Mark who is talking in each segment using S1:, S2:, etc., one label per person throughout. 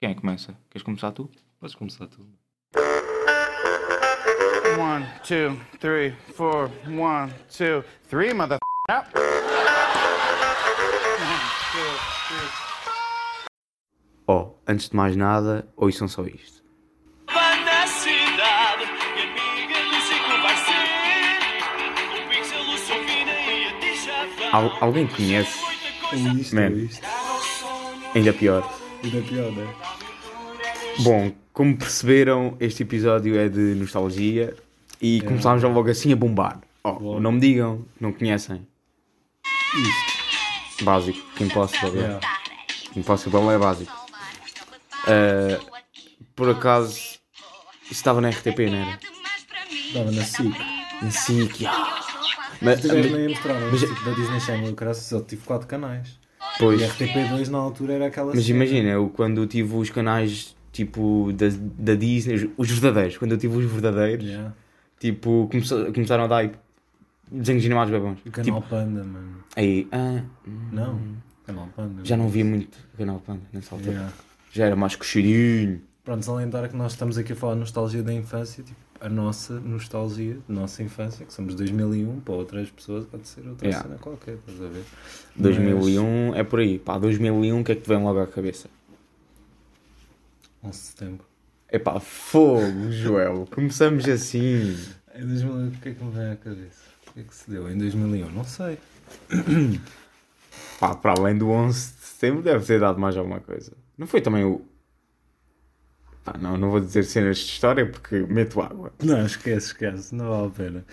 S1: Quem é que começa? Queres começar tu?
S2: Podes começar tu.
S3: One, two, three, four. One, two, three, mother. Up.
S4: Oh, antes de mais nada, ouçam só isto.
S5: Vai na cidade e amiga disse que vai ser. O Pixel, o Sovina e a Dijavão.
S4: Al- alguém conhece?
S2: Ou isto,
S4: Man.
S2: ou isto.
S4: Ainda pior.
S2: Ainda pior, né?
S4: Bom, como perceberam, este episódio é de nostalgia
S2: É.
S4: e começámos já logo assim a bombar. Oh,
S2: Logo.
S4: não me digam, não conhecem.
S2: Isto.
S4: Básico, que impossible é.
S2: Yeah.
S4: Impossible é básico. Ah, por acaso, isso estava na RTP, não era?
S2: Estava na SIC.
S4: Na SIC, ah. Mas,
S2: Tu nem ia mostrar, mas
S4: Mas-
S2: tipo, da Disney Channel, eu só tive 4 canais.
S4: pois,
S2: E RTP2 na altura era aquela
S4: mas
S2: cena.
S4: imagina, eu quando tive os canais tipo da, da Disney, os- os verdadeiros, quando eu tive os verdadeiros,
S2: Yeah.
S4: tipo, começou- começaram a dar tipo, desenhos animados bem bons.
S2: O canal
S4: Tipo,
S2: Panda, mano.
S4: aí, ah, hum,
S2: Não. Canal Panda.
S4: já não via muito o canal Panda nessa altura.
S2: Yeah.
S4: Já era mais cocheirinho.
S2: Pronto, além de dar que nós estamos aqui a falar de nostalgia da infância, tipo, a nossa nostalgia, de nossa infância, que somos 2001, para outras pessoas pode ser outra
S4: Yeah.
S2: cena qualquer, estás a ver?
S4: 2001 é por aí, pá, 2001 o que é que te vem logo à cabeça?
S2: Mas, 11 de setembro.
S4: É pá, fogo, Joel, começamos assim.
S2: Em 2001, o que é que me vem à cabeça? O que é que se deu em 2001? Não sei.
S4: Pá, para além do 11 de setembro deve ter dado mais alguma coisa. Não foi também o. Pá, não, não vou dizer cenas de história porque meto água.
S2: Não, esquece, esquece, não vale a pena.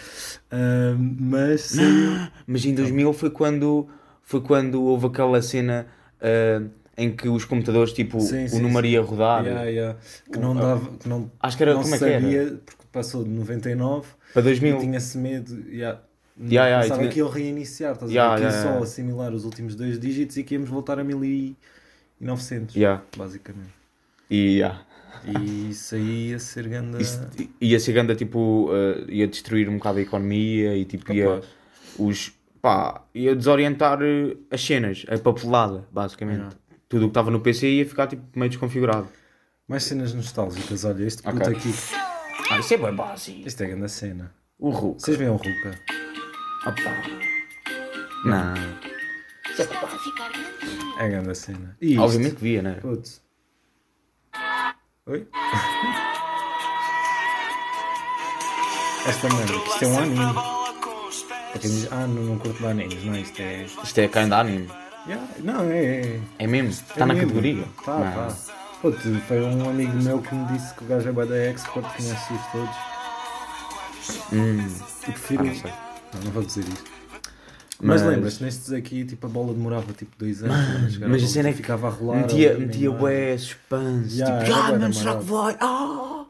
S2: Ahm, mas saiu.
S4: Mas em 2000 foi quando, foi quando houve aquela cena ah, em que os computadores, tipo,
S2: Sim,
S4: o
S2: sim,
S4: número ia rodar.
S2: Yeah, yeah. Que não dava. Que não,
S4: ah, Acho que era-
S2: não
S4: como é que era?
S2: sabia, porque passou de 99
S4: Para
S2: Eu
S4: 2000.
S2: tinha-se medo, yeah.
S4: Yeah, yeah,
S2: pensava
S4: eu tinha-
S2: que ia reiniciar, estás
S4: Yeah,
S2: a ver? Que ia
S4: yeah,
S2: só
S4: yeah.
S2: assimilar os últimos dois dígitos e que íamos voltar a 1900,
S4: Yeah.
S2: basicamente.
S4: E yeah.
S2: E isso aí ia ser ganda.
S4: Isso ia chegando a tipo. ah, ia destruir um bocado a economia e tipo ia.
S2: Capaz.
S4: Os. pá, ia desorientar eh, as cenas, a papelada, basicamente. Tudo o que estava no PC ia ficar tipo meio desconfigurado.
S2: Mais cenas nostálgicas, olha, este puto
S4: Ok.
S2: aqui.
S4: Ah, isso é bem básico.
S2: Isto é grande cena.
S4: O Hulk.
S2: Vocês veem o Ruka?
S4: Opa. Não.
S2: É grande cena. E isto?
S4: Obviamente que via, né?
S2: Putz. Oi? Esta merda, isto é um anime.
S5: Bola com os pés.
S2: Para quem diz, ah, não, não curto de animes, não, isto é.
S4: Isto é kind of anime.
S2: Yeah, não, é. é-
S4: É mesmo? Está
S2: é
S4: na
S2: mesmo.
S4: categoria?
S2: Tá,
S4: Não.
S2: tá. Puto, foi um amigo meu que me disse que o gajo é bué da expert, conhece-os todos. E prefiro.
S4: Ah, não sei.
S2: não, não vou dizer isto. Mas,
S4: Mas-
S2: lembras-te, nestes aqui, tipo, a bola demorava tipo dois anos.
S4: Mas a cena é que
S2: ficava a rolar.
S4: Metia,
S2: ali,
S4: metia
S2: animado.
S4: bué suspense.
S2: Yeah,
S4: tipo,
S2: era
S4: ah,
S2: bué
S4: mano, será que vai? Ah!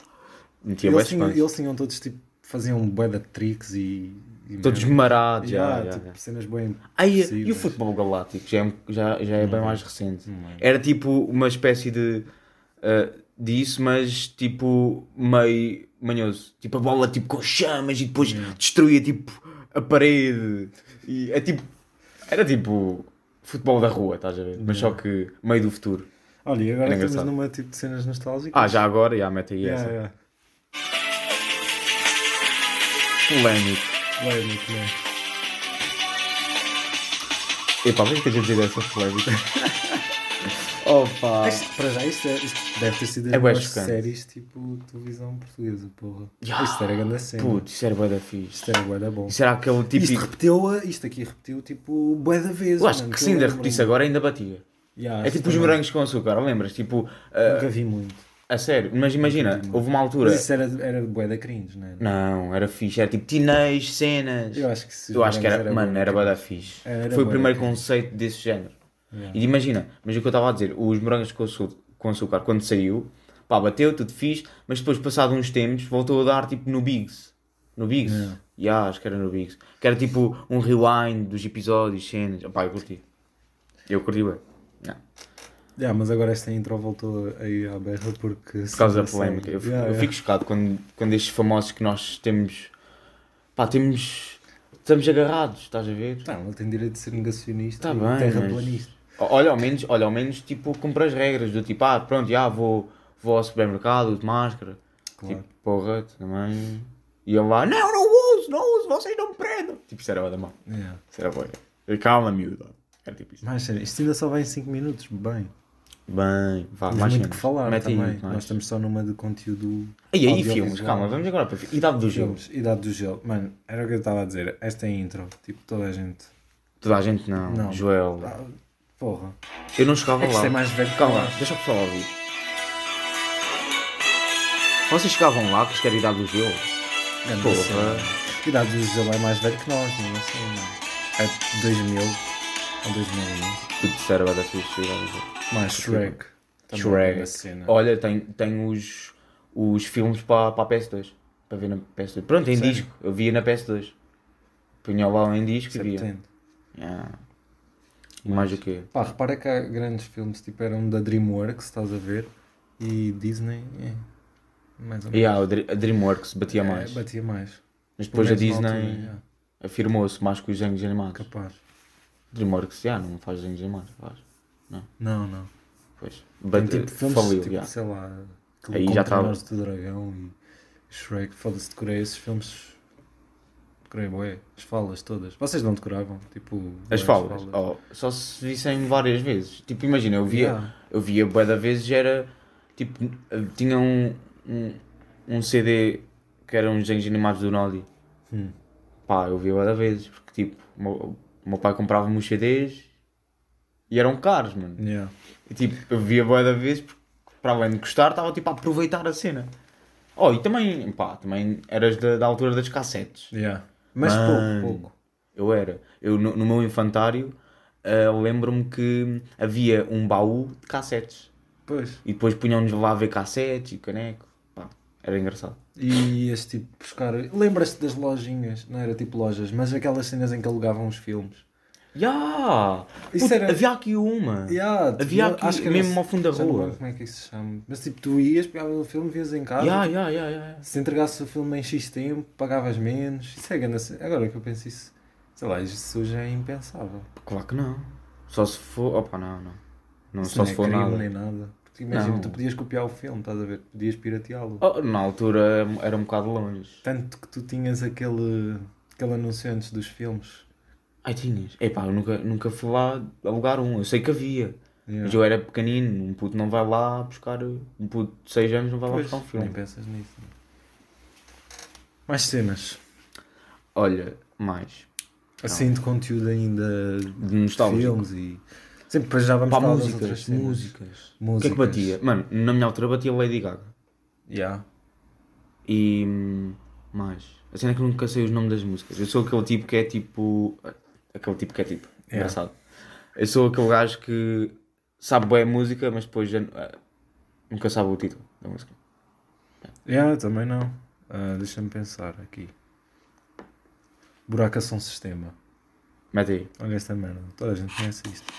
S4: Metia bué
S2: Eles tinham,
S4: suspense.
S2: eles tinham todos, tipo, faziam bué da tricks e. e
S4: Todos
S2: merda.
S4: marados. já,
S2: Yeah,
S4: já,
S2: tipo,
S4: já.
S2: cenas bem.
S4: Aí, e o futebol galáctico já é, um- já, já é bem mais recente.
S2: é.
S4: Era tipo uma espécie de ah, disso, mas tipo meio manhoso. Tipo a bola tipo com chamas e depois destruía tipo a parede. E é tipo era tipo futebol da rua, estás a ver? Mas só que meio do futuro.
S2: Olha, e agora
S4: Era
S2: estamos
S4: É engraçado.
S2: numa tipo de cenas nostálgicas.
S4: Ah, já agora, já mete aí
S2: Yeah,
S4: essa.
S2: yeah.
S4: Polémico.
S2: Polémico, né?
S4: Epá, vem que a gente dizer essa polémica. Opa!
S2: Isto, para já, isto, é- isto deve ter sido
S4: É
S2: das
S4: bué
S2: melhores
S4: chocante.
S2: séries tipo televisão portuguesa, porra. Isto era grande cena.
S4: Putz, isso era bué da fixe.
S2: Isto era bué da bom.
S4: Isso era aquele
S2: Isto
S4: típico.
S2: repetiu, isto aqui repetiu tipo bué da vez.
S4: Eu acho que se ainda repetisse agora ainda batia. É tipo os morangos com açúcar, lembras? Tipo, ah,
S2: Nunca vi muito.
S4: a sério, mas imagina, houve uma altura.
S2: Mas isso era, era bué da cringe, não é?
S4: Não, era fixe, era tipo tinês, cenas.
S2: Eu acho que se os
S4: Eu acho que era,
S2: morangos
S4: mano,
S2: bué
S4: era
S2: da
S4: bada fixe.
S2: Era
S4: Foi o
S2: bué
S4: primeiro
S2: da cringe.
S4: conceito desse género.
S2: Yeah.
S4: E imagina, mas o que eu estava a dizer, os morangos com açu- com açúcar, quando saiu, pá, bateu, tudo fixe, mas depois, passado uns tempos, voltou a dar tipo no Biggs. No Biggs? Yeah. acho que era no Biggs. Que era tipo um rewind dos episódios, cenas. Pá, eu curti. Eu curti, bem. Não.
S2: Yeah, mas agora esta intro voltou aí à berra porque.
S4: Por causa da polémica. Eu, fico- eu fico chocado quando, quando estes famosos que nós temos. pá, temos. estamos agarrados, estás a ver?
S2: Não, ele tem direito de ser negacionista
S4: Tá
S2: e
S4: bem, mas-
S2: terraplanista.
S4: Olha, ao menos, olha, ao menos tipo, cumpre as regras do tipo, ah, pronto, já vou, vou ao supermercado, uso máscara.
S2: Claro.
S4: Tipo, porra, também. E ele lá, não, não uso, não uso, vocês não me prendam. Tipo, isso era bué da mal.
S2: Yeah.
S4: Isso era boa. Calma, miúdo. Era tipo isso.
S2: Mais cena, isto ainda só vai em 5 minutos, bem.
S4: Bem, vá, mais
S2: Temos muito
S4: cenas.
S2: que falar
S4: Mete aí
S2: também.
S4: muito mais.
S2: Nós estamos só numa de conteúdo.
S4: E aí,
S2: audiovisual.
S4: filmes, calma, vamos agora para filmes. Idade do gelo.
S2: Filmes, Idade do Gelo. Mano, era o que eu estava a dizer. Esta é a intro. Tipo, toda a gente.
S4: Toda a gente não,
S2: Não.
S4: Joel.
S2: Ah, porra.
S4: Eu não chegava
S2: É que
S4: lá.
S2: isto é mais velho
S4: Calma,
S2: que nós.
S4: deixa o pessoal ouvir. Vocês chegavam lá, que isto era a idade do gelo.
S2: Grande
S4: Porra.
S2: cena. A Idade do Gelo é mais velho que nós, não é assim, não. É de 2000 ou 2001.
S4: Tudo isso era bué da fixe, a idade do gelo.
S2: Mais um. Shrek. Também é grande
S4: Shrek.
S2: Cena.
S4: Olha, tem, tem os, os filmes para, para a PS2. Para ver na PS2. Pronto, em
S2: Sério?
S4: disco. Eu via na PS2. Punha lá em disco
S2: Isso
S4: e
S2: é
S4: via.
S2: potente.
S4: Yeah. E Mais o quê?
S2: Pá, repara que há grandes filmes, tipo, eram da Dreamworks, estás a ver, e Disney, é, mais ou
S4: E
S2: menos.
S4: ah, o Dr- a Dreamworks batia
S2: É,
S4: mais.
S2: batia mais.
S4: Mas depois a
S2: Pelo menos na
S4: Disney
S2: altura, é,
S4: afirmou-se mais que os desenhos animados.
S2: capaz.
S4: Dreamworks, já, não faz desenhos animados, faz.
S2: Não, não.
S4: Pois.
S2: Tem,
S4: But,
S2: tipo, filmes,
S4: faliu,
S2: tipo,
S4: já.
S2: sei lá,
S4: Aí
S2: aquele
S4: já
S2: Contra
S4: tava.
S2: Nós do Dragão e Shrek, foda-se, decorei esses filmes, decorei bué, as falas todas. Vocês não decoravam, tipo... bué
S4: As falas, oh, só se vissem várias vezes. Tipo, imagina, eu via,
S2: Yeah.
S4: eu via bué da vezes, era, tipo, eh, tinha um, um, um CD que era uns desenhos animados do Nolly.
S2: Hum.
S4: Pá, eu via bué da vezes, porque tipo, o meu, o meu pai comprava-me os CDs e eram caros, mano.
S2: Yeah.
S4: E tipo, eu via bué da vez, porque para além de gostar, estava tipo a aproveitar a cena. Oh, e também, pá, também eras da, da altura das cassetes.
S2: Yeah. Mas
S4: Mano.
S2: pouco, pouco.
S4: Eu era. Eu, no, no meu infantário, ah, lembro-me que havia um baú de cassetes.
S2: Pois.
S4: E depois punham-nos lá a ver cassetes e caneco. Pá, era engraçado.
S2: E ias tipo buscar. Lembras-te das lojinhas? Não era tipo lojas, mas aquelas cenas em que alugavam os filmes.
S4: Ya!
S2: Isso
S4: Puto,
S2: era-
S4: Havia aqui uma.
S2: Yeah, tipo,
S4: Ah. Havia aqui
S2: era-
S4: mesmo ao fundo da
S2: já não
S4: rua.
S2: lembro Como é que isso se chama? Mas tipo, tu ias, pegavas o filme, vias em casa.
S4: Ya, ya, ya, ya.
S2: Se entregasses o filme em X tempo, pagavas menos. Isso é grande. cena. Agora que eu penso isso, sei lá, isso hoje é impensável.
S4: Claro que não. Só se for. Opa, não, não. Não,
S2: Isso
S4: só
S2: não
S4: se
S2: é
S4: for
S2: crime
S4: nada.
S2: nem nada. Porque imagina,
S4: Não.
S2: tu podias copiar o filme, estás a ver? Podias pirateá-lo.
S4: Oh, na altura era um bocado longe.
S2: Tanto que tu tinhas aquele, aquele anúncio antes dos filmes.
S4: Ai, tinhas? Epá, eu nunca, nunca fui lá alugar um. Eu sei que havia.
S2: Yeah.
S4: Mas eu era pequenino. Um puto não vai lá buscar... Um puto de 6 anos não vai lá
S2: Pois,
S4: buscar um filme.
S2: Nem pensas nisso. né? Mais cenas.
S4: Olha, mais.
S2: Assim de conteúdo ainda de
S4: De nostalgia.
S2: filmes e. Sempre depois já vamos
S4: Pá,
S2: falar das
S4: músicas.
S2: outras cenas.
S4: Músicas. O que é
S2: Músicas.
S4: que batia? Mano, na minha altura batia Lady Gaga.
S2: Yeah.
S4: E... hum, Mais. A cena é que eu nunca sei os nomes das músicas. Eu sou aquele tipo que é tipo... Aquele tipo que é tipo.
S2: Yeah.
S4: Engraçado. Eu sou aquele gajo que sabe bem a música, mas depois já- ah, nunca sabe o título da música.
S2: Yeah, eu também não. Ah, Deixa-me pensar aqui. Buraca Som um Sistema.
S4: Mete aí.
S2: Olha esta merda. Toda a gente conhece isto.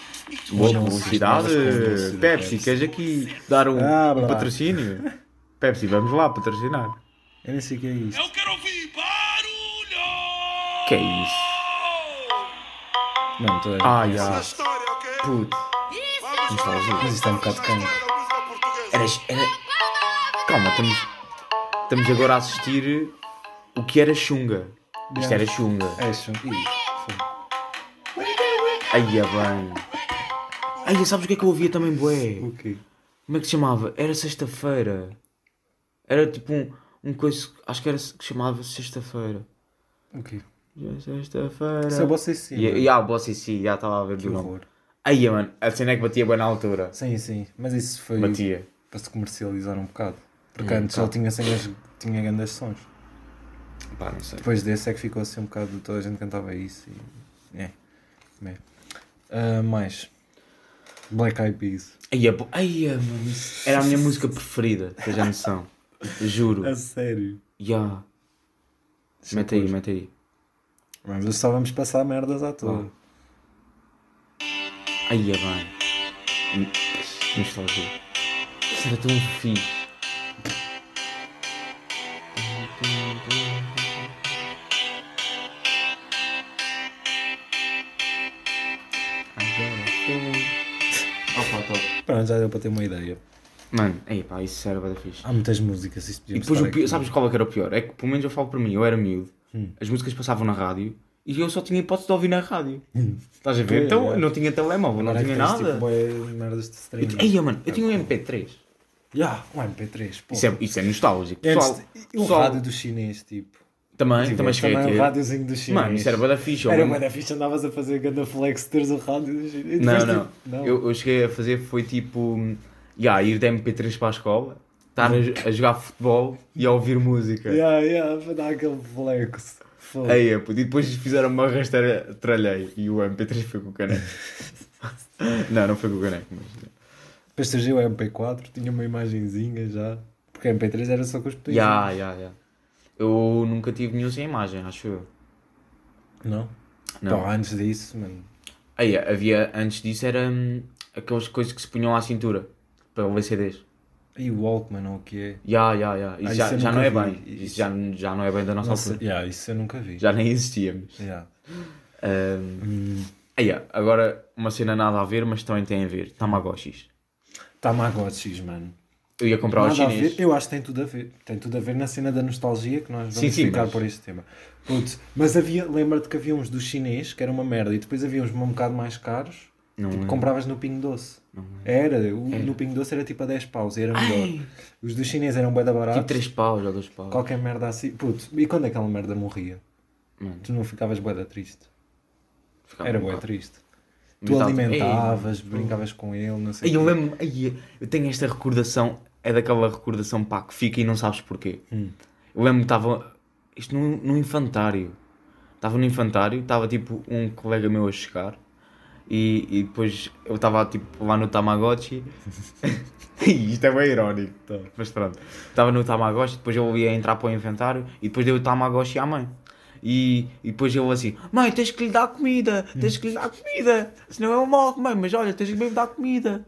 S4: Boa
S2: Não,
S4: publicidade.
S2: sim, sim, sim, sim,
S4: Pepsi,
S2: Pepsi.
S4: queres aqui dar um,
S2: Ah, blá.
S4: um patrocínio? Pepsi, vamos lá patrocinar.
S2: Eu nem sei o que é isto.
S5: Eu quero ouvir barulho!
S4: Que é isso?
S2: Não, toda a gente.
S4: Ai,
S1: Na
S4: ah,
S1: história, ok?
S5: É
S4: puto.
S1: Vamos
S4: Nostalgia.
S2: Mas isto é um bocado
S1: conhecer a
S2: cano.
S1: história da música portuguesa.
S4: Era, era... Calma, estamos, estamos agora a assistir o que era Xunga. Isto era Xunga.
S2: É, chum. Ih,
S4: Ai, é bem. Ai, sabes o que é que eu ouvia também, bué?
S2: o quê?
S4: Como é que se chamava? Era sexta-feira. Era tipo um, um coisa, acho que era que chamava sexta-feira.
S2: O quê?
S4: Já Sexta-feira.
S2: Isso é vocês sim.
S4: E, e ah, o Bossy C, já estava a ver
S2: Que
S4: do nome.
S2: horror.
S4: Aí, mano, a cena é que batia bem na altura.
S2: Sim, sim. Mas isso foi.
S4: Batia.
S2: para se comercializar um bocado. Porque
S4: Um
S2: antes
S4: bocado.
S2: ele tinha, cenas, tinha grandes sons.
S4: Pá, não sei.
S2: Depois desse é que ficou assim um bocado, toda a gente cantava isso. E... É. Bem. Ah, mais. Black Eyed Peas.
S4: Aí, pô, aí, é, mano, isso era a minha música preferida, tens a noção. Juro.
S2: É
S4: Ya.
S2: sério?
S4: Mete aí, mete aí.
S2: Mas hoje só vamos passar merdas à toa.
S4: Aí, é bem. Hum, Nostalgia. Isso era tão fixe. Agora foi.
S2: menos já deu para ter uma ideia.
S4: Mano, aí pá, isso era bada fixe.
S2: Há muitas músicas, isso
S4: E
S2: podíamos
S4: depois, o
S2: estar
S4: pior,
S2: aqui.
S4: sabes qual é que era o pior? É que, pelo menos eu falo para mim, eu era miúdo,
S2: Hum.
S4: as músicas passavam na rádio e eu só tinha hipótese de ouvir na rádio. Estás a ver?
S2: É,
S4: então,
S2: é.
S4: eu não tinha telemóvel, não
S2: Agora é que
S4: tinha
S2: tens,
S4: nada.
S2: Tipo, bué merdas de
S4: Eu
S2: streaming. Ah.
S4: ti- Ei, mano, eu tinha um MP3.
S2: Ya, um MP3. pô.
S4: Isso é, isso é nostálgico.
S2: Antes
S4: Pessoal,
S2: de- e um
S4: pessoal,
S2: rádio do chinês, tipo.
S4: também,
S2: Tive
S4: também
S2: esse é
S4: cheguei a
S2: o
S4: ter.
S2: rádiozinho do chinês.
S4: Mano, isso era bada fixe. eu
S2: Era
S4: lembro-
S2: bué da fixe, andavas a fazer ganda flex, teres o rádio do chinês. E
S4: Não,
S2: depois,
S4: não.
S2: tipo, não.
S4: Eu, eu cheguei a fazer foi tipo. Yeah, ir de MP3 para a escola, estar a, a jogar futebol e a ouvir música.
S2: Ya, ya, para dar aquele flex. Fogo.
S4: Aí, eu pude. E depois fizeram uma rasteira, tralhei. E o MP3 foi com o caneco. não, não foi com o caneco, mas.
S2: Depois surgiu o MP4, tinha uma imagenzinha já. Porque a MP3 era só com os botões.
S4: Ya, ya, ya. Eu nunca tive nenhum sem imagem, acho eu.
S2: Não?
S4: Não.
S2: Pá, antes disso, mano.
S4: Aí, havia, antes disso, era hum, aquelas coisas que se punham à cintura para ouvir CDs.
S2: E o Walkman, ou o que é?
S4: Ya, ya, ya. Isso
S2: Ah,
S4: já,
S2: isso eu
S4: já não
S2: nunca
S4: é
S2: vi.
S4: bem. Isso,
S2: Isso-
S4: já, já não é bem da nossa
S2: Nossa,
S4: altura.
S2: ya, isso eu nunca vi.
S4: Já nem existíamos.
S2: Ya.
S4: Ahm, aí, ó, agora uma cena nada a ver, mas também tem a ver. Tamagotchis.
S2: Tamagotchis, mano.
S4: Eu ia comprar o
S2: Nada a
S4: chinês.
S2: ver. Eu acho que tem tudo a ver. Tem tudo a ver na cena da nostalgia que nós vamos
S4: Sim, sim,
S2: ficar
S4: mas-
S2: por este tema. Putz, mas havia, lembra-te que havia uns do chinês que era uma merda e depois havia uns um bocado mais caros.
S4: Não
S2: tipo,
S4: lembro.
S2: compravas no Pingo Doce. era, o- no Pingo Doce era tipo a 10 paus e era melhor. Os do chinês eram bué da baratos.
S4: Tipo 3 paus ou 2 paus.
S2: Qualquer merda assim. Putz, e quando aquela merda morria?
S4: Mano.
S2: Tu não ficavas bué da triste.
S4: Ficava
S2: era
S4: um
S2: bué
S4: bocado.
S2: triste.
S4: Mas
S2: Tu
S4: tá-
S2: alimentavas, brincavas com ele, não sei
S4: Ei, eu
S2: o quê.
S4: lembro ei, eu tenho esta recordação, é daquela recordação pá, que fica e não sabes porquê.
S2: Hum.
S4: Eu lembro que estava, isto num, num infantário, estava no infantário, estava tipo um colega meu a chegar e, e depois eu estava tipo lá no Tamagotchi, E isto é bem irónico, tá, mas pronto, estava no Tamagotchi, depois eu ia entrar para o inventário e depois dei o Tamagotchi à mãe. E, e depois eu assim, mãe, tens que lhe dar comida, tens que lhe dar comida, senão eu morro, mãe, mas olha, tens que mesmo dar comida.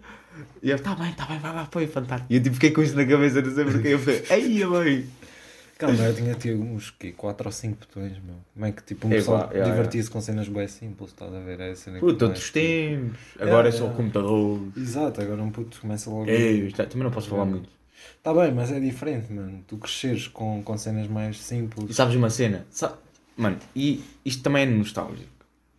S4: E eu, tá bem, tá bem, vai lá para o infantário. E eu tipo, fiquei com isso na cabeça, não sei porquê. Eu falei, ei, mãe.
S2: Calma, eu tinha tido uns quê? 4 ou 5 botões, meu. Como é que tipo um
S4: É,
S2: pessoal
S4: pá, yeah,
S2: divertia-se com cenas bem simples, estás a ver? É a cena que
S4: Puta,
S2: mais-
S4: outros tempos, agora é só
S2: é.
S4: o computador.
S2: Exato, agora um puto começa logo.
S4: Ei, isto é- também não posso falar muito.
S2: Tá bem, mas é diferente, mano. Tu cresceres com, com cenas mais
S4: E
S2: simples.
S4: sabes uma cena? Sa- Mano, e isto também é nostálgico.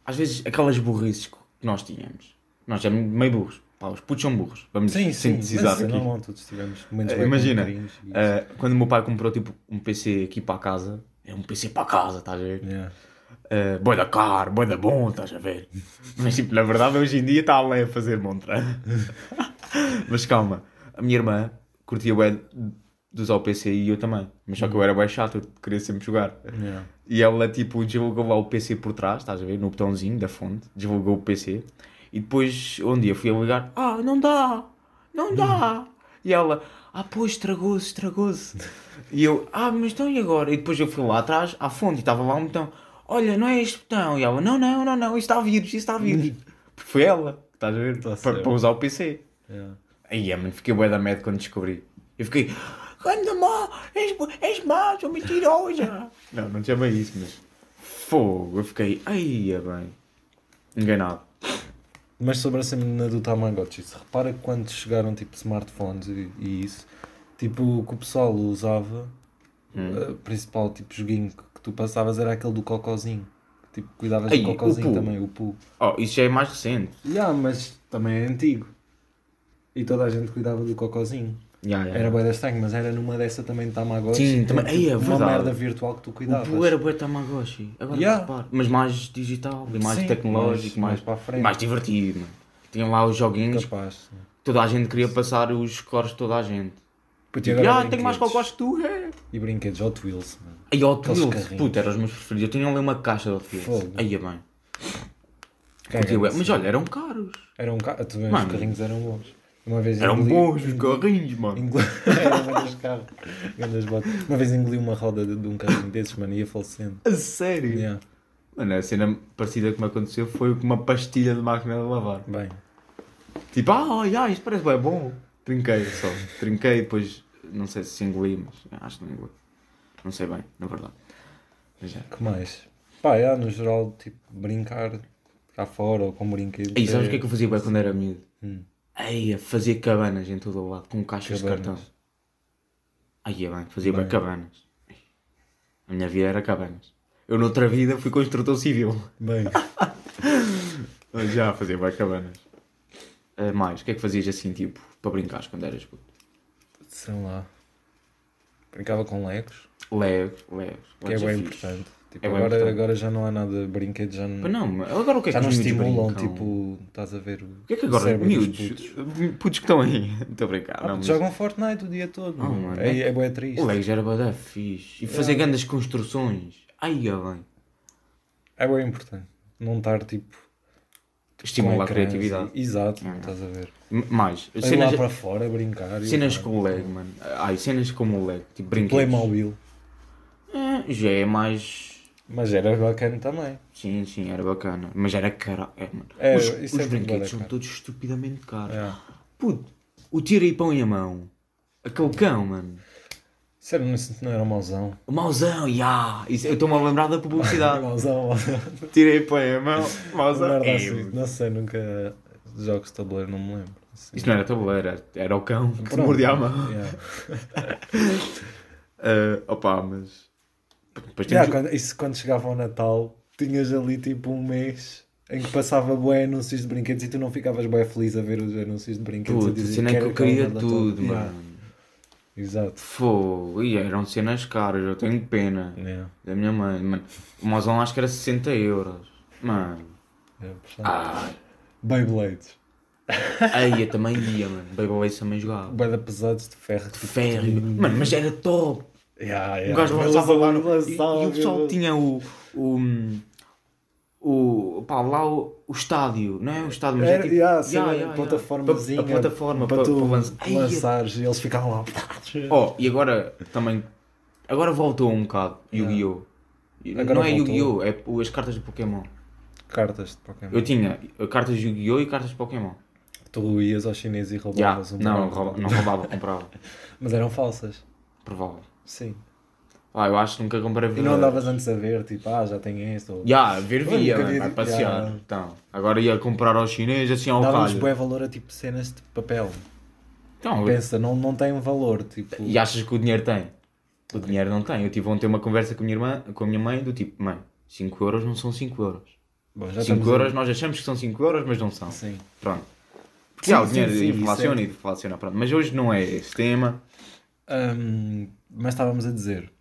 S4: Às vezes, aquelas burrices que nós tínhamos, nós éramos meio burros. Pá, os putos são burros. Vamos
S2: Sim, sim,
S4: sintetizar
S2: mas é
S4: aqui.
S2: normal, todos tivemos momentos
S4: Eh,
S2: bem
S4: Imagina,
S2: cringe e-
S4: eh, quando o meu pai comprou tipo um PC aqui para a casa, é um PC para a casa, estás a ver?
S2: Yeah.
S4: Uh, boi da car, boi da bom, estás a ver? Mas tipo, na verdade hoje em dia está além a fazer montra. Mas calma, a minha irmã curtia bué de usar o PC e eu também. Mas só que
S2: Uhum.
S4: eu era bué chato, eu queria sempre jogar.
S2: Yeah.
S4: E ela tipo desligou lá o PC por trás, estás a ver? No botãozinho da fonte, desligou o PC. E depois um dia fui a ligar, ah, não dá, não dá. E ela, ah, pois estragou-se, estragou-se. e eu, ah, mas então e agora? E depois eu fui lá atrás, à fonte, e estava lá um botão, olha, não é este botão. E ela, não, não, não, não, isto está vírus, isto está vírus. Porque foi ela, estás a ver?
S2: Tá
S4: Para,
S2: certo.
S4: para usar o PC.
S2: Yeah.
S4: Aí, é, mano, fiquei bué da merda quando descobri. Eu fiquei, anda má, és, és má, sou mentirosa. não, não tinha bem isso, mas... Fogo, eu fiquei, aí, é bem... Enganado.
S2: Mas sobre a cena do Tamagotchi, se repara que quando chegaram tipo smartphones e, e isso, tipo o que o pessoal usava,
S4: Hum.
S2: eh, o principal tipo joguinho que, que tu passavas era aquele do cocozinho. Tipo, cuidavas
S4: Ai,
S2: do
S4: o
S2: cocozinho
S4: Pu.
S2: também, o pu.
S4: Oh, isso já é mais recente.
S2: Yeah, mas também é antigo. E toda a gente cuidava do cocozinho.
S4: Já, já.
S2: Era bué da estranho, mas era numa dessa também de Tamagotchi.
S4: É. Sim,
S2: que
S4: também-
S2: era, tipo,
S4: Ei, é
S2: uma
S4: verdade.
S2: merda virtual que tu
S4: O
S2: cuidavas.
S4: Poo era bué Tamagotchi, agora
S2: Ah, Ya.
S4: reparo. Mas mais digital, e mais
S2: Sim,
S4: tecnológico,
S2: mais- mais
S4: mais,
S2: para a frente.
S4: mais divertido, mano. Tinham lá os joguinhos,
S2: Capaz. né?
S4: toda a gente queria passar os scores de toda a gente.
S2: Puto, e agora
S4: Ah, tenho mais
S2: brinquedos.
S4: cocós que tu, é.
S2: E brinquedos, Hot Wheels, mano.
S4: Aí o
S2: Aqueles
S4: oh, Outfield,
S2: carrinhos.
S4: puta, eram os meus preferidos. Eu tinha ali uma caixa de Outfield.
S2: Fogo.
S4: Aí é bem.
S2: Caga-se.
S4: Curtia bué. é? Mas olha, eram caros.
S2: Eram ca... ah, tu vês, os
S4: Mano.
S2: carrinhos eram bons. Uma vez
S4: Eram
S2: engoli-
S4: bons os carrinhos, mano.
S2: engoli- eram grandes carros, grandes botas. Uma vez engoli uma roda de, de um carrinho desses, mano, e ia falecendo.
S4: A sério?
S2: Yeah.
S4: Mano, a cena parecida que me aconteceu foi com uma pastilha de máquina de lavar.
S2: Bem,
S4: Tipo, ah, oh, yeah, isto parece bem bom. Trinquei só. Trinquei depois, não sei se engoli, mas acho que não engoli. Não sei bem, na verdade. Mas é.
S2: que mais? Pá, yeah, no geral, tipo, brincar cá fora ou com brinquedos.
S4: é
S2: Hum.
S4: E sabes o que é que eu fazia bem quando era miúdo? Ai, a fazer cabanas em todo o lado, com caixas de
S2: Cabanas.
S4: cartão. Ai, é bem, fazia bem cabanas. A minha vida era cabanas. Eu, noutra vida, fui construtor civil.
S2: Bem,
S4: Mas Ah, Já, fazia bem cabanas. Ah, mais, o que é que fazias assim, tipo, para brincar quando eras puto?
S2: sei lá. Brincava com legos,
S4: Legos, legos.
S2: que é
S4: legos
S2: bem
S4: fixe.
S2: importante. Tipo,
S4: É bué
S2: agora,
S4: importante.
S2: agora já não há nada de brinquedo, já não,
S4: Mas não, mas agora o que é
S2: já
S4: que
S2: não
S4: os miúdos
S2: estimulam,
S4: brincam?
S2: tipo, estás a ver o
S4: O que é que agora,
S2: cérebro dos
S4: miúdos,
S2: putos.
S4: putos. que estão aí, estou a brincar.
S2: Ah,
S4: não,
S2: putos,
S4: mas
S2: Jogam Fortnite o dia todo.
S4: Ah,
S2: mano.
S4: mano,
S2: é,
S4: é-
S2: é bué triste.
S4: O Legos era badá fixe. E fazer grandes construções. Ai, é bem.
S2: É bem importante. Não estar, tipo,
S4: Estimula
S2: com
S4: a
S2: ecrãs
S4: criatividade.
S2: e- Exato, estás a ver.
S4: M- Mais,
S2: Ir lá
S4: cenas,
S2: para fora brincar. e
S4: cenas
S2: usar.
S4: com o Lego, mano. Ai, cenas como o Lego, tipo brinquedos.
S2: Playmobil.
S4: Ah, já é mais...
S2: Mas era bacana também.
S4: Sim, sim, era bacana. Mas era caro. É, mano.
S2: É,
S4: os os
S2: isso é muito bué da
S4: brinquedos são
S2: caro.
S4: todos estupidamente caros.
S2: É.
S4: Puto, o tira e pão e a mão. Aquele cão, mano.
S2: Isso era, isso não era mauzão.
S4: O mauzão, ya. Isso- Eu estou-me a lembrar da publicidade.
S2: Mauzão, mauzão.
S4: Tirei pão e a mão. Mauzão.
S2: Merda
S4: É,
S2: assim. Não sei, nunca jogos de tabuleiro, não me lembro. Assim.
S4: Isso não é um era tabuleiro, era, era o cão que te
S2: Pronto. É.
S4: mordia a mão.
S2: Yeah.
S4: Ah, opa, mas. Depois temos. um-
S2: Yeah, quando- isso quando chegava ao Natal, tinhas ali tipo um mês em que passava bué anúncios de brinquedos e tu não ficavas bué feliz a ver os anúncios de brinquedos. a
S4: Puto,
S2: dizer
S4: cena é que
S2: "Quero
S4: eu queria
S2: aquela
S4: tudo,
S2: Yeah.
S4: mano.
S2: Exato.
S4: Fogo, e eram cenas caras, eu tenho pena.
S2: Yeah.
S4: Da minha mãe, mano. O mauzão acho que era 60 euros. Mano.
S2: É, portanto,
S4: Ah,
S2: Beyblades.
S4: aí eu também ia, mano. Beyblade também jogava.
S2: Bué de pesados de ferro. tipo,
S4: Ferro. Mano, mas era top.
S2: Yeah,
S4: O
S2: yeah.
S4: gajo
S2: Eles
S4: lançava lá no... E,
S2: lançavam,
S4: e o pessoal tipo,
S2: eles-
S4: tinha o... o o, pá, lá o, o estádio, não é o estádio, mas
S2: Era,
S4: é tipo,
S2: yeah,
S4: yeah,
S2: yeah,
S4: yeah, yeah.
S2: plataformazinha
S4: a plataforma
S2: para, tu
S4: lança- Ai, eu-
S2: lançares e eles ficavam lá.
S4: Oh, e agora também. Agora voltou um bocado Yu-Gi-Oh!
S2: Agora
S4: Não é
S2: voltou.
S4: Yu-Gi-Oh! É o- as cartas de Pokémon.
S2: Cartas de Pokémon.
S4: Eu tinha cartas de Yu-Gi-Oh! e cartas de Pokémon.
S2: Tu ias aos chineses e
S4: Já,
S2: roubavas um
S4: não,
S2: bocado.
S4: rouba- não roubava, comprava.
S2: Mas eram falsas.
S4: Provável.
S2: Sim.
S4: Ah, eu acho que nunca comprei
S2: E não andavas antes a ver, tipo, ah, já tenho este. Ou...
S4: Já, ver
S2: Olha,
S4: via,
S2: nunca
S4: mano,
S2: vi-
S4: vai passear.
S2: já.
S4: Então, agora ia comprar aos chineses assim ao
S2: Dávamos
S4: calho.
S2: bué valor a tipo cenas de papel.
S4: Então,
S2: Pensa, não, não tem um valor. Tipo,
S4: e achas que o dinheiro tem? O dinheiro não tem. Eu tive ontem uma conversa com a minha, irmã, com a minha mãe do tipo, mãe, 5 euros não são 5 euros.
S2: bom,
S4: 5
S2: já estamos
S4: euros, nós achamos que são 5 euros, mas não são.
S2: a- Sim.
S4: Pronto. Porque
S2: Sim,
S4: já, o
S2: sim,
S4: dinheiro
S2: sim, isso
S4: inflaciona
S2: é.
S4: e deflaciona, pronto. Mas hoje não é esse tema.
S2: Hum, mas estávamos a dizer,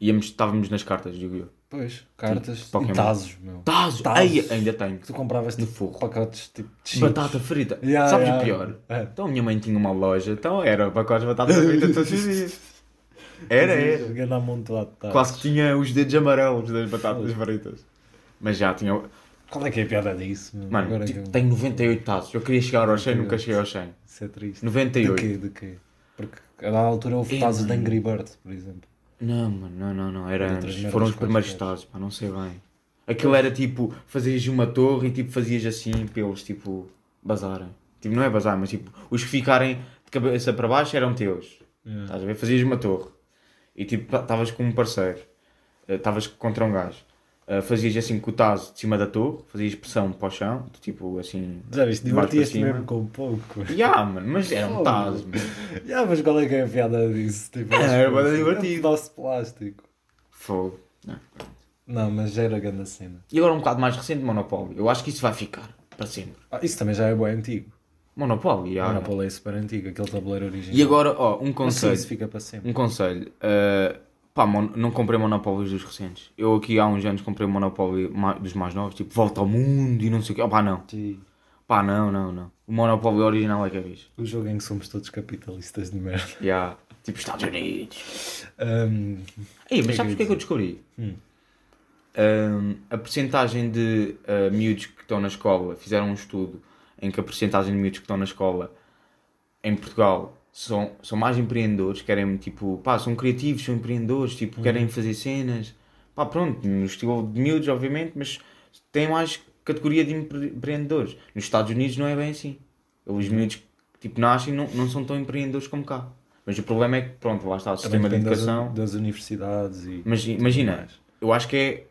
S4: Íamos, estávamos nas cartas, digo eu.
S2: pois, cartas
S4: Pokémon.
S2: e tazos, meu.
S4: Tazos!
S2: Tazos.
S4: Tá, Ai, ainda tenho.
S2: Que tu compravas tipo,
S4: forro.
S2: pacotes tipo de chips.
S4: Batata frita.
S2: Yeah,
S4: Sabes
S2: yeah.
S4: o pior?
S2: É.
S4: Então a minha mãe tinha uma loja, então era pacotes de batata frita todos os dias. Era, era.
S2: Ganhar amontoado tá. de tazos.
S4: Quase que tinha os dedos amarelos das batatas fritas. Mas já tinha.
S2: Qual é que é a piada disso, meu?
S4: Mano, tipo,
S2: Agora é
S4: ti-
S2: que eu-
S4: tenho 98 tazos. Eu queria chegar aos 100, nunca cheguei aos 100.
S2: Isso é triste.
S4: 98.
S2: De quê? De quê? Porque a dada altura houve
S4: Ei,
S2: tazos de
S4: É, mano.
S2: Angry Bird, por exemplo.
S4: Não, mano, não, não, não. Era
S2: Outras
S4: antes.
S2: merdas
S4: Foram os
S2: quaisquer. É.
S4: primeiros estados, pá, não sei bem. Aquilo era tipo, fazias uma torre e tipo fazias assim para eles tipo bazarem. Tipo, não é bazar, mas tipo, os que ficarem de cabeça para baixo eram teus.
S2: É.
S4: Estás a ver? Fazias uma torre. E tipo, estavas com um parceiro. Eh, Estavas contra um gajo. Eh, fazias assim com o taso de cima da torre, fazias pressão para o chão, tipo assim.
S2: Já viste,
S4: de baixo para
S2: divertias-te
S4: cima.
S2: mesmo com pouco.
S4: Ya, mano, mas era um
S2: Fogo.
S4: taso, mano.
S2: Já, mas qual é que é a piada disso? Tipo,
S4: É, era bué
S2: assim,
S4: divertido.
S2: É um pedaço de plástico.
S4: Fogo. Não.
S2: Não, mas já era grande a cena.
S4: E agora um bocado mais recente, Monopólio. Eu acho que isso vai ficar para sempre.
S2: Ah, isso também já é bem antigo.
S4: Monopólio, já.
S2: Ah, na Paula é super antigo, aquele tabuleiro original.
S4: E agora, ó, um
S2: Mas sim,
S4: conselho.
S2: isso fica para sempre.
S4: Um conselho. Uh, pá, mon- não comprei monopólios dos recentes. Eu aqui há uns anos comprei um monopólio ma- dos mais novos, tipo Volta ao Mundo e não sei o quê. Oh, pá, não.
S2: E
S4: Pá, não, não, não. O monopólio original é que é bicho.
S2: o jogo em que somos todos capitalistas de merda.
S4: Já. Tipo Estados Unidos.
S2: Ahm,
S4: Ei, mas
S2: é
S4: sabes o
S2: que
S4: que é que
S2: eu
S4: eu descobri?
S2: Hum.
S4: Um, a percentagem de uh, miúdos que estão na escola, fizeram um estudo em que a percentagem de miúdos que estão na escola em Portugal são, são mais empreendedores, querem tipo, pá, são criativos, são empreendedores,
S2: Uhum.
S4: tipo, querem fazer cenas, pá, pronto, no estilo de miúdos, obviamente, mas têm mais categoria de empre- empreendedores. Nos Estados Unidos não é bem assim. Os
S2: Uhum.
S4: miúdos que tipo, nascem não, não são tão empreendedores como cá. Mas o problema é que, pronto, lá está o
S2: também
S4: sistema de
S2: depende das-
S4: educação.
S2: Das, universidades e.
S4: Mas imagina, eu acho que é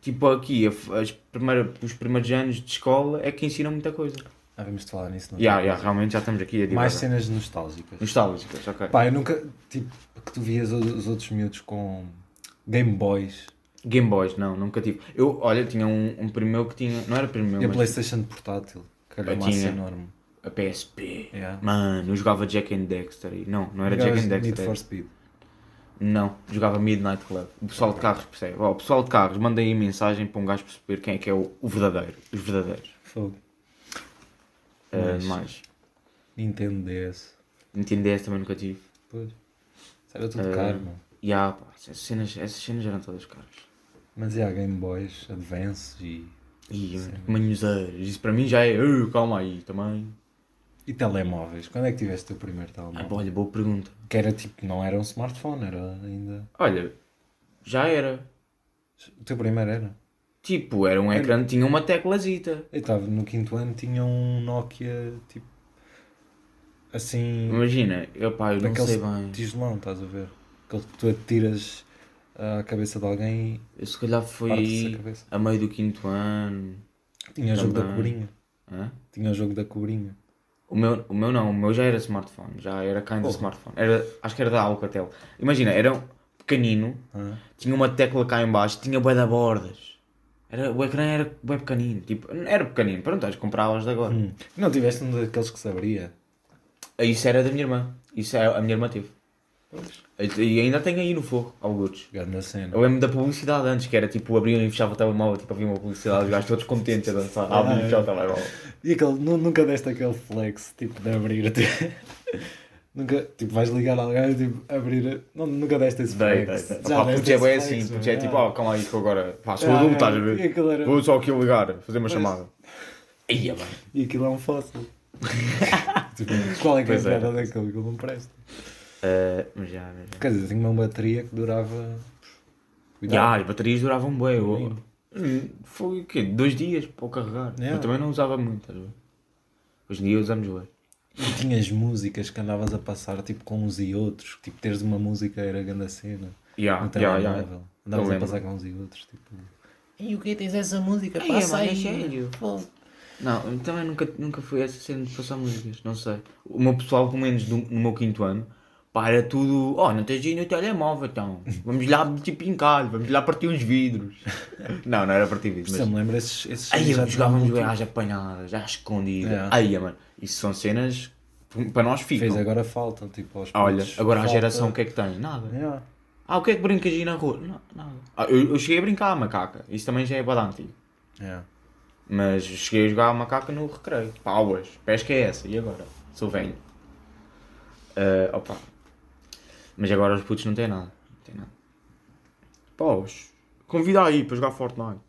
S4: tipo aqui, a- as primeira, os primeiros anos de escola é que ensinam muita coisa.
S2: Havíamos de falar nisso, não é?
S4: Yeah, yeah, realmente já estamos aqui a divagar.
S2: Mais cenas nostálgicas.
S4: Nostálgicas, ok.
S2: Pá, eu nunca. Tipo, que tu vias os- os outros miúdos com Game Boys
S4: Game Boys, não, nunca tive. Eu, olha, tinha um, um primo meu que tinha. Não era primo meu,
S2: e a
S4: mas
S2: PlayStation portátil, que era
S4: Eu
S2: uma
S4: tinha.
S2: massa enorme.
S4: a PSP.
S2: Yeah.
S4: Mano, eu jogava Jack and Dexter aí. Não, não era
S2: Jogavas
S4: Jack and
S2: é Need
S4: Dexter.
S2: for
S4: era-
S2: Speed.
S4: Não, jogava Midnight Club. O pessoal de carros percebe. Ó, o pessoal de carros, manda aí mensagem para um gajo perceber quem é que é o, o verdadeiro. Os verdadeiros.
S2: Fogo.
S4: Ah,
S2: Mas-
S4: mais.
S2: Nintendo DS.
S4: Nintendo DS também nunca tive.
S2: Pois. Isso Era tudo
S4: Ah.
S2: caro, mano.
S4: E há, pá, essas cenas, essas cenas eram todas caras.
S2: Mas e há Game Boys, Advance e.
S4: E manhoseiros. Isso para mim já é. "Ei, calma aí também.
S2: E telemóveis. Quando é que tiveste o teu primeiro
S4: Ah,
S2: telemóvel?
S4: pá, olha, boa pergunta.
S2: que era tipo, não era um smartphone, era ainda.
S4: Olha, já era.
S2: O teu primeiro era?
S4: Tipo, era um ecrã que tinha uma teclazita.
S2: Eu estava no quinto ano, tinha um Nokia tipo. Assim.
S4: Imagina, eu pá, eu não
S2: daquele
S4: sei bem.
S2: tijolão, estás a ver? Aquele que tu atiras ah, à cabeça de alguém
S4: Eu se calhar
S2: e
S4: foi
S2: partes a
S4: aí
S2: cabeça.
S4: a meio do quinto ano.
S2: Tinha o jogo da
S4: Também.
S2: cobrinha.
S4: Hã?
S2: Tinha o jogo da cobrinha.
S4: O meu, o meu não, o meu já era smartphone, já era kind of smartphone. Era, acho que era da Alcatel. Imagina, era um pequenino,
S2: Ah,
S4: tinha uma tecla cá em baixo, tinha bué de bordas. Era, o ecrã era bué pequenino, tipo, era pequenino, pronto, acho que compravas de agora.
S2: hum. Não tiveste um daqueles que se abria?
S4: Isso era da minha irmã, isso é, a minha irmã teve. E e ainda tenho aí no forro, alguns.
S2: Jogando na cena.
S4: Eu lembro da publicidade antes, que era tipo, abriam e fechavam o telemóvel, tipo, havia uma publicidade, os gajos todos contentes a
S2: Ah,
S4: dançar, abriam e
S2: é.
S4: fechavam o telemóvel.
S2: E aquele, nu- nunca deste aquele flex, tipo, de abrir. nunca, tipo, vais ligar a alguém e tipo, abrir. Não, nunca deste esse
S4: Dei,
S2: flex.
S4: dei, dei. Pá, porque é
S2: esse
S4: bem
S2: flex,
S4: assim,
S2: mano.
S4: porque é tipo,
S2: Ah.
S4: ó, calma aí que eu agora, pá, sou
S2: Ah,
S4: adulto,
S2: é.
S4: estás a
S2: E aquilo era-
S4: ver? Vou só aqui ligar, fazer uma chamada. Ia bem.
S2: E aquilo é um fóssil. tipo, qual é que é a
S4: Pois é.
S2: piada daquilo? Aquilo não presta.
S4: Eh, Mas já, mas já.
S2: Quer dizer, tinha uma bateria que durava.
S4: Já, as baterias duravam bem, eu... Hum, Foi o quê? Dois dias para o carregar.
S2: Yeah.
S4: Eu também não usava muito, estás a ver? Hoje em dia usamos bem.
S2: E tinhas músicas que andavas a passar tipo com uns e outros, tipo teres uma música era grande cena.
S4: Já,
S2: no
S4: já, já.
S2: telemóvel. Andavas
S4: Eu
S2: a passar
S4: lembro.
S2: com uns e outros, tipo.
S1: E o que tens essa música?
S4: Ai,
S1: Passa
S4: mano, é
S1: aí.
S4: sério?
S1: Pô,
S4: Não, eu também nunca, nunca fui essa cena de passar músicas, não sei. O meu pessoal, pelo menos no, no meu quinto ano, pá, era tudo. Oh, não tens aí no telemóvel então. Vamos lá meter pincalho, vamos lá partir uns vidros. Não, não era partir vidros,
S2: Mas...
S4: mas.
S2: me lembro esses. esses
S4: Aí
S2: já tinham
S4: jogávamos
S2: Bluetooth.
S4: bem às apanhadas, às escondidas.
S2: É.
S4: Aí, mano, isso são cenas que para nós
S2: Fez
S4: ficam.
S2: agora falta, tipo, aos
S4: Olha,
S2: putos,
S4: agora a
S2: falta-
S4: geração o que é que tem? Nada.
S2: Yeah.
S4: Ah, o que é que brincas aí na rua? Não, nada. Ah, eu, eu cheguei a brincar à macaca, isso também já é bada antigo.
S2: Yeah.
S4: Mas cheguei a jogar a macaca no recreio. Pauas, pesca é essa, e agora? Sou velho. Ah, opa. Mas agora os putos não têm nada. Não têm nada. Pauas, convida aí para jogar Fortnite.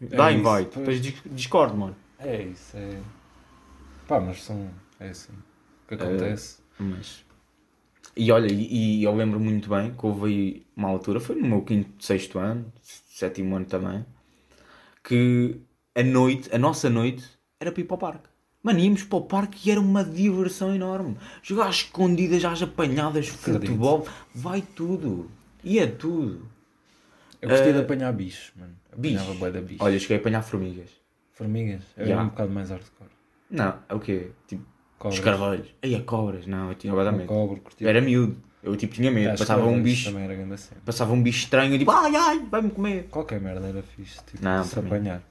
S4: Dá
S2: É isso,
S4: invite.
S2: pois.
S4: Depois dis- Discord, mano.
S2: É isso, é. Pá, mas são. É assim. O que acontece?
S4: Mas. E olha, e, e eu lembro muito bem que houve aí uma altura, foi no meu quinto, sexto ano, sétimo ano também, que a noite, a nossa noite, era para ir para o parque. Mano, íamos para o parque e era uma diversão enorme. Jogar às escondidas, às apanhadas,
S2: Acredito.
S4: futebol, vai tudo. Ia tudo.
S2: Eu gostei de apanhar bichos, mano. Apanhava
S4: Bicho.
S2: bué da bicho.
S4: Eh, Olha, cheguei a apanhar formigas.
S2: Formigas. Eu
S4: Yeah.
S2: era um bocado mais hardcore.
S4: Não, é o quê? Tipo,
S2: Cobras.
S4: os carvalhos. Aí, a cobras. Não, eu tinha bué de
S2: Um
S4: medo.
S2: cobre, curtia.
S4: Eu era miúdo. Eu tipo tinha medo.
S2: As
S4: Passava um
S2: cobras
S4: bicho.
S2: Também era grande cena.
S4: Passava um bicho estranho e tipo, ai ai, vai-me comer.
S2: Qualquer merda era fixe, tipo,
S4: Não,
S2: se
S4: para mim.
S2: apanhar.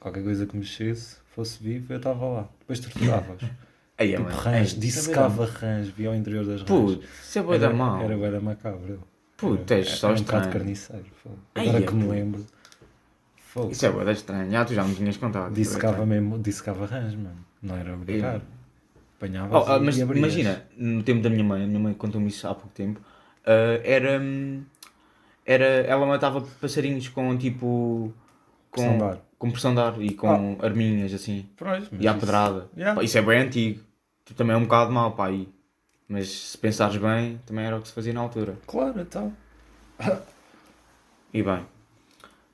S2: Qualquer coisa que mexesse, fosse vivo, eu estava lá. Depois torturavas.
S4: Aí é,
S2: tipo,
S4: mano.
S2: rãs,
S4: Ei,
S2: dissecava rãs, via ao interior das rãs.
S4: Puto, isso é boi da
S2: era,
S4: mal.
S2: Era bué da macabro. eu.
S4: Puto, és só
S2: Era um bocado
S4: estranho.
S2: carniceiro. fogo.
S4: Ai,
S2: Agora
S4: é,
S2: que me
S4: puto.
S2: lembro. Fogo.
S4: Isso é boi da estranho. Já tu já me tinhas contado.
S2: Dissecava mesmo, dissecava rãs, mano. Não era brincar.
S4: Oh,
S2: Apanhavas
S4: ah,
S2: e,
S4: mas
S2: e abrias.
S4: imagina, no tempo da minha mãe, a minha mãe contou-me isso há pouco tempo, ah, era, hum, era. Ela matava passarinhos com tipo. Com
S2: Pressão de ar.
S4: com pressão de ar e com arminhas assim.
S2: Pois, mas
S4: e à
S2: isso-
S4: pedrada.
S2: Yeah.
S4: Pá, isso é bem antigo. Tu também é um bocado mau, pá. aí. Mas se pensares bem, também era o que se fazia na altura.
S2: Claro, então.
S4: E bem.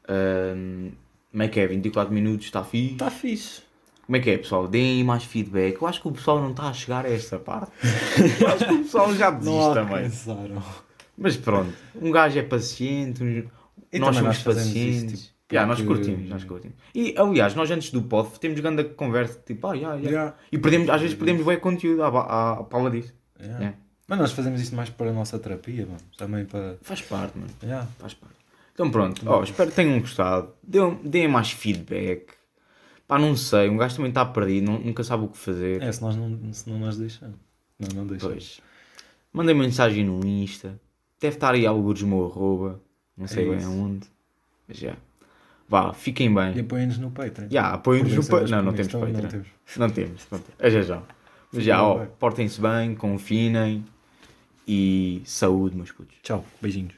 S4: Ahm, como é que é? 24 minutos, está fixe?
S2: Está tá fixe.
S4: Como é que é, pessoal? Deem mais feedback. Eu acho que o pessoal não está a chegar a esta parte. Eu acho que o pessoal já desiste também.
S2: alcançaram.
S4: Mas pronto, um gajo é paciente, um-
S2: E
S4: nós
S2: também nós
S4: somos
S2: fazemos isso, tipo,
S4: pacientes. Yeah, nós
S2: Porque-
S4: curtimos, nós curtimos. E aliás, nós antes do pod temos grande conversa, tipo, ah, yeah, yeah.
S2: Yeah.
S4: E perdemos, às vezes perdemos bem conteúdo à, ba- à, à pala disso.
S2: Yeah.
S4: Yeah.
S2: Mas nós fazemos isto mais para a nossa terapia, mano. Também para.
S4: Faz parte, mano.
S2: Yeah.
S4: Faz parte. Então pronto, ó, espero que tenham gostado. Deem, deem mais feedback. Pá, não sei, um gajo também está perdido, não- nunca sabe o que fazer.
S2: É, se nós não, se não nós deixamos. Não, não deixamos.
S4: Pois. Mandem mensagem no Insta. Deve estar aí alguns meu arroba. Não sei bem
S2: É isso.
S4: aonde. Mas já. Vá, fiquem
S2: E
S4: bem.
S2: apoiem-nos no Patreon.
S4: Já, apoiem-nos no
S2: Podemos
S4: Patreon.
S2: ser
S4: Não, não
S2: as
S4: temos
S2: primeiras,
S4: Patreon.
S2: não temos.
S4: Não temos. Não temos. É já já. Mas já, ó,
S2: bem.
S4: portem-se bem, confinem e saúde, meus putos.
S2: Tchau, beijinhos.